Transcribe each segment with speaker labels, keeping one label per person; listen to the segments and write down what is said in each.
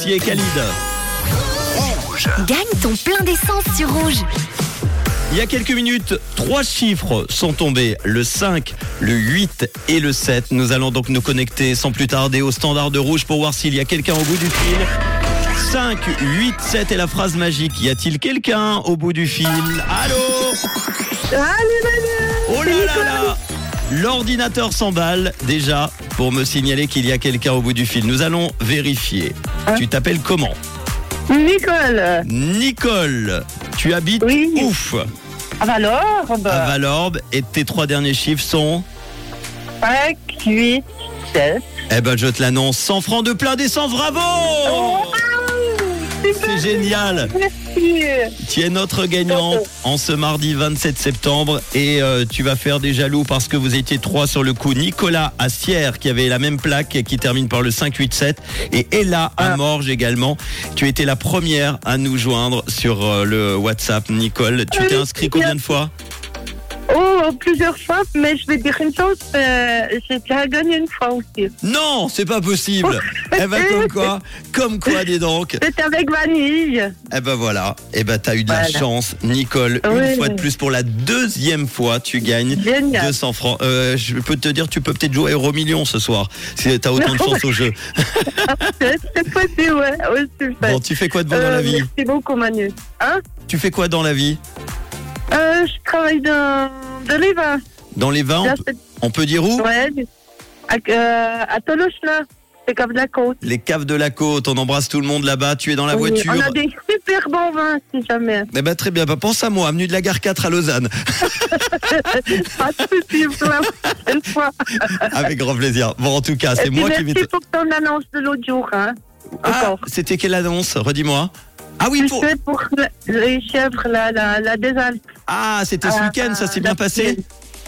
Speaker 1: qui est Khalid.
Speaker 2: Gagne ton plein d'essence sur rouge.
Speaker 1: Il y a quelques minutes, trois chiffres sont tombés, le 5, le 8 et le 7. Nous allons donc nous connecter sans plus tarder au standard de rouge pour voir s'il y a quelqu'un au bout du fil. 5, 8, 7 est la phrase magique. Y a-t-il quelqu'un au bout du fil Allô Oh là là là L'ordinateur s'emballe déjà pour me signaler qu'il y a quelqu'un au bout du fil. Nous allons vérifier. Tu t'appelles comment
Speaker 3: Nicole
Speaker 1: Nicole, tu habites
Speaker 3: Oui.
Speaker 1: ouf
Speaker 3: Ah bah alors
Speaker 1: à
Speaker 3: bah,
Speaker 1: Valorbe et tes trois derniers chiffres sont Ah, bah.
Speaker 3: 5, 8, 7.
Speaker 1: Eh ben je te l'annonce, 100 francs de plein d'essence, bravo C'est génial
Speaker 3: Merci
Speaker 1: Tu es notre gagnante en ce mardi 27 septembre et euh, tu vas faire des jaloux parce que vous étiez trois sur le coup. Nicolas à Sierre qui avait la même plaque et qui termine par le 587 et Ella à Morges également. Tu étais la première à nous joindre sur euh, le WhatsApp Nicole. Tu t'es
Speaker 3: Oui,
Speaker 1: inscrit combien de fois
Speaker 3: Oh, plusieurs fois, mais je vais dire une chose, euh, j'ai déjà gagné une fois aussi.
Speaker 1: Non, c'est pas possible. Eh ben comme quoi, comme quoi dis donc.
Speaker 3: C'est avec Vanille.
Speaker 1: Eh ben voilà, eh ben t'as eu de la
Speaker 3: Voilà.
Speaker 1: chance, Nicole. Une
Speaker 3: Oui.
Speaker 1: fois de plus pour la deuxième fois, tu gagnes
Speaker 3: Génial.
Speaker 1: 200 francs. Euh, je peux te dire, tu peux peut-être jouer à Euro Million ce soir. Si t'as autant de
Speaker 3: Non,
Speaker 1: chance au jeu.
Speaker 3: C'est c'est possible, ouais. ouais c'est fait.
Speaker 1: Bon, tu fais quoi de bon dans
Speaker 3: Euh,
Speaker 1: la vie
Speaker 3: Merci beaucoup, Manu. Hein
Speaker 1: Tu fais quoi dans la vie
Speaker 3: euh, Je travaille dans de l'Eva.
Speaker 1: Dans les vins, on, peut- on peut dire où
Speaker 3: Ouais. À, euh, à Tolochna, c'est comme de la côte.
Speaker 1: Les caves de la côte. On embrasse tout le monde là-bas. Tu es dans la
Speaker 3: Oui,
Speaker 1: voiture.
Speaker 3: On a des super bons vins, si jamais.
Speaker 1: Eh ben très bien. Bah, pense à moi, avenue de la gare 4 à Lausanne.
Speaker 3: Pas de soucis pour la prochaine fois.
Speaker 1: Avec grand plaisir. Bon, en tout cas,
Speaker 3: Et
Speaker 1: c'est
Speaker 3: puis
Speaker 1: moi qui
Speaker 3: merci
Speaker 1: vais. te-
Speaker 3: pour ton annonce de l'autre jour. Hein.
Speaker 1: Ah,
Speaker 3: Encore.
Speaker 1: c'était quelle annonce Redis-moi. Ah oui,
Speaker 3: Tu
Speaker 1: pour...
Speaker 3: sais, pour le- les chèvres, la, la, la désalte.
Speaker 1: ah, c'était ce
Speaker 3: Ah,
Speaker 1: week-end, ça s'est
Speaker 3: la-
Speaker 1: bien passé.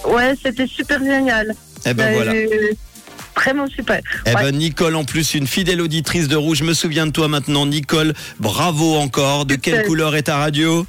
Speaker 3: Ouais, c'était super génial.
Speaker 1: Eh ben
Speaker 3: Euh,
Speaker 1: voilà.
Speaker 3: Vraiment super.
Speaker 1: Eh
Speaker 3: Ouais.
Speaker 1: ben Nicole en plus une fidèle auditrice de Rouge, je me souviens de toi maintenant Nicole. Bravo encore. De quelle
Speaker 3: Super.
Speaker 1: couleur est ta radio